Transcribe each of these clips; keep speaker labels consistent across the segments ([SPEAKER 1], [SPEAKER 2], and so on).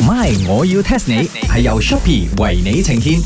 [SPEAKER 1] MY，我要 test 你係由 Shopee 為你呈現。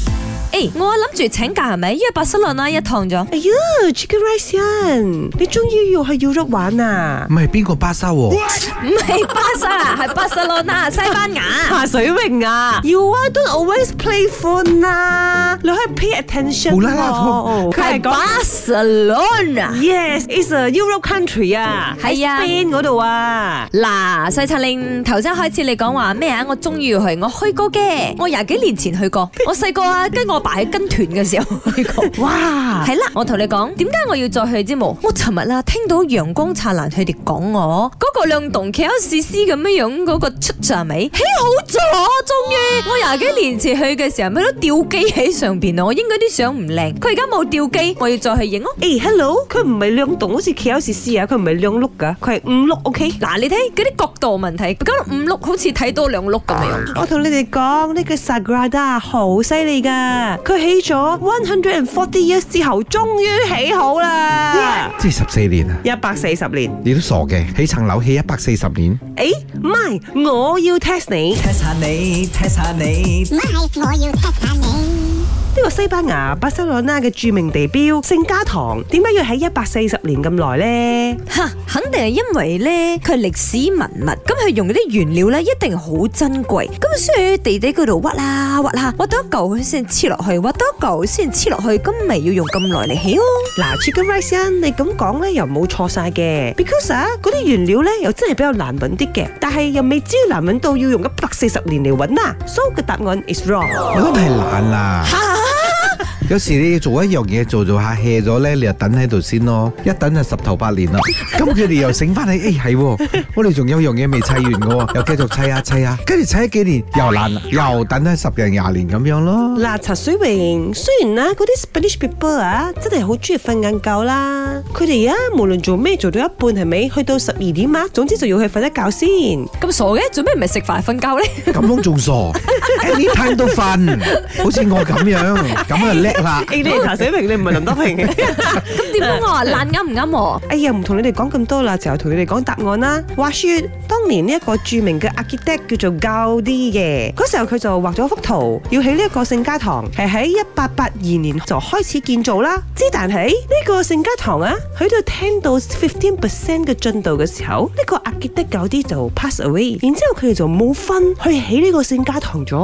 [SPEAKER 2] 誒，我諗住請假係咪？因為巴塞羅那一趟咗。
[SPEAKER 3] 哎呀，Chicken Rice 人，你終於要去 Europe 玩啊
[SPEAKER 4] 唔？係邊個巴沙喎？
[SPEAKER 2] 唔係巴塞，係巴塞羅那，西班牙。
[SPEAKER 3] 下水泳啊！You are don't always play fun 啊！你可以 pay attention
[SPEAKER 4] 無啦啦
[SPEAKER 3] 咯
[SPEAKER 2] 係
[SPEAKER 3] 講
[SPEAKER 2] 巴塞羅那。
[SPEAKER 3] Yes，it's a Europe country 啊，喺
[SPEAKER 2] 係啊
[SPEAKER 3] Spain 嗰度啊。
[SPEAKER 2] 嗱，細策令頭先開始你講話咩啊？我終於要去，我去過嘅，我廿幾年前去過。我細個啊，跟我爸喺跟團嘅時候去過。
[SPEAKER 3] 哇！
[SPEAKER 2] 係啦，我同你講，點解我要再去之冇？我尋日啦，聽到陽光燦爛佢哋講我嗰、個兩棟 K L C C 咁樣樣嗰個出站咪起好咗，終於我廿幾年前去嘅時候，咪都吊機喺上邊啊！我應該啲相唔靚，佢而家冇吊機，我要再去影咯。
[SPEAKER 3] 誒，hello，佢唔係兩棟，好似 KLCC 啊，佢唔係兩碌噶，佢係五碌，OK。
[SPEAKER 2] 嗱，你睇嗰啲角度問題，咁五碌好似睇多兩碌咁樣。
[SPEAKER 3] 我同你哋講，呢、個 Sagrada 好犀利噶，佢起咗 one hundred and forty years 之後，終於起好啦，
[SPEAKER 4] 即係十四年啊！
[SPEAKER 3] 一百四十年。
[SPEAKER 4] 你都傻嘅，起層樓起一百四十年。
[SPEAKER 3] 诶，唔系，我要 test 你。
[SPEAKER 1] test 下你，test 下你
[SPEAKER 5] My, for you test honey.
[SPEAKER 3] 呢個西班牙巴塞羅那嘅著名地標聖家堂，點解要喺一百四十年咁耐呢？
[SPEAKER 2] 吓，肯定係因為咧，佢係歷史文物，咁佢用嗰啲原料咧，一定好珍貴。咁所以地底嗰度挖啦挖啦，挖到一嚿佢先黐落去，挖到一嚿先黐落去，咁咪要用咁耐嚟起咯。
[SPEAKER 3] 嗱，Chicken Rice 啊，你咁講呢又冇錯晒嘅，because 啊，嗰啲原料呢又真係比較難揾啲嘅，但係又未至於難揾到要用一百四十年嚟揾啊，so 嘅答案 is wrong。
[SPEAKER 4] 我覺得係懶啦。有時你做一樣嘢做做下 hea 咗咧，你就等喺度先咯，一等就十頭八 年啦。咁佢哋又醒翻起，誒係喎，我哋仲有樣嘢未砌完 嘅喎，又繼續砌下砌下，跟住砌咗幾年又爛啦，又等咗十零廿年咁樣 咯。
[SPEAKER 3] 嗱，茶水榮，雖然啦，嗰啲 Spanish people 啊，真係好中意瞓晏覺啦。佢哋啊，無論做咩做到一半係咪，去到十二點啊，總之就要去瞓一覺先。
[SPEAKER 2] 咁傻嘅，做咩唔係食飯瞓 覺咧？
[SPEAKER 4] 咁樣仲傻，anytime 都瞓，好似我咁樣，咁啊叻啦。
[SPEAKER 3] 誒，哎你係茶水榮，你唔係林德平。
[SPEAKER 2] 咁點解我話爛啱唔啱喎？
[SPEAKER 3] 哎呀，唔同你哋講咁多啦，就同你哋講答案啦。話說當年呢一個著名嘅 architect 叫做 Gaudi 嘅，嗰時候佢就畫咗幅圖，要起呢一個聖家堂，係喺一八八二年就開始建造啦。之但係呢個聖家堂啊，去到10到15 percent 嘅進度嘅時候，呢、個 architect Gaudi 就 pass away，然之後佢哋就冇分去起呢個聖家堂咗。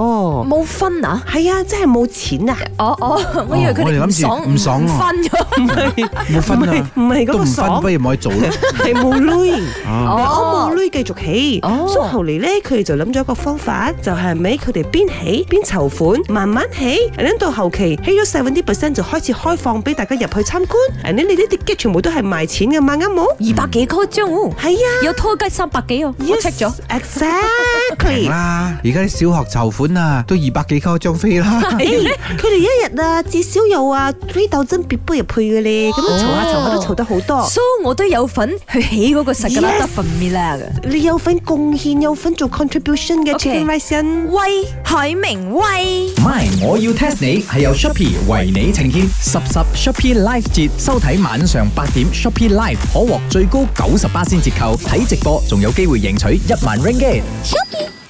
[SPEAKER 2] 冇分啊！
[SPEAKER 3] 係啊，真係冇錢啊！
[SPEAKER 2] 哦哦，我以為佢
[SPEAKER 4] 我哋
[SPEAKER 2] 哋
[SPEAKER 4] 諗
[SPEAKER 2] 唔
[SPEAKER 4] 住
[SPEAKER 2] 爽
[SPEAKER 4] 唔爽啊
[SPEAKER 2] 分咗。
[SPEAKER 3] 唔係
[SPEAKER 4] 冇分啊，
[SPEAKER 3] 唔係嗰
[SPEAKER 4] 都
[SPEAKER 3] 個
[SPEAKER 4] 唔分，
[SPEAKER 3] 爽
[SPEAKER 4] 不。如唔可以做 咯。
[SPEAKER 3] 係冇鐳，
[SPEAKER 2] 哦
[SPEAKER 3] 我冇鐳繼續起，
[SPEAKER 2] 哦
[SPEAKER 3] 所以後嚟咧佢哋就諗咗一個方法，就係咪佢哋邊起邊籌款，慢慢起，and then 到後期起咗 seventy percent 就開始開放俾大家入去參觀，and then 你呢啲 ticket 全部都係賣錢嘅嘛，啱冇？
[SPEAKER 2] 二百幾嗰張喎，
[SPEAKER 3] 係啊，
[SPEAKER 2] 有拖雞三百幾啊！我 check 咗。
[SPEAKER 4] 平
[SPEAKER 3] Yes，exactly。
[SPEAKER 4] 啦，而家啲小學籌款啊，都二百幾蚊一張飛啦。
[SPEAKER 3] 誒哎佢哋一日啊，至少有啊 three thousand people 入去嘅咧，咁樣籌下籌
[SPEAKER 2] 哦
[SPEAKER 3] 下都籌得好多。
[SPEAKER 2] So 我都有份去起嗰個實格拉德
[SPEAKER 3] Yes
[SPEAKER 2] 粉米拉嘅。
[SPEAKER 3] 你有份貢獻，有份做 contribution 嘅
[SPEAKER 2] Okay
[SPEAKER 3] Chicken Rice Inn
[SPEAKER 2] 喂，海明威。
[SPEAKER 1] ，MY 我要 test 你係由 Shopee 為你呈現。十十 Shopee Live 節收睇晚上八點 Shopee Live 可獲最高九十八先折扣，睇直播仲有機會贏取一萬 ringgit。
[SPEAKER 5] Shopping.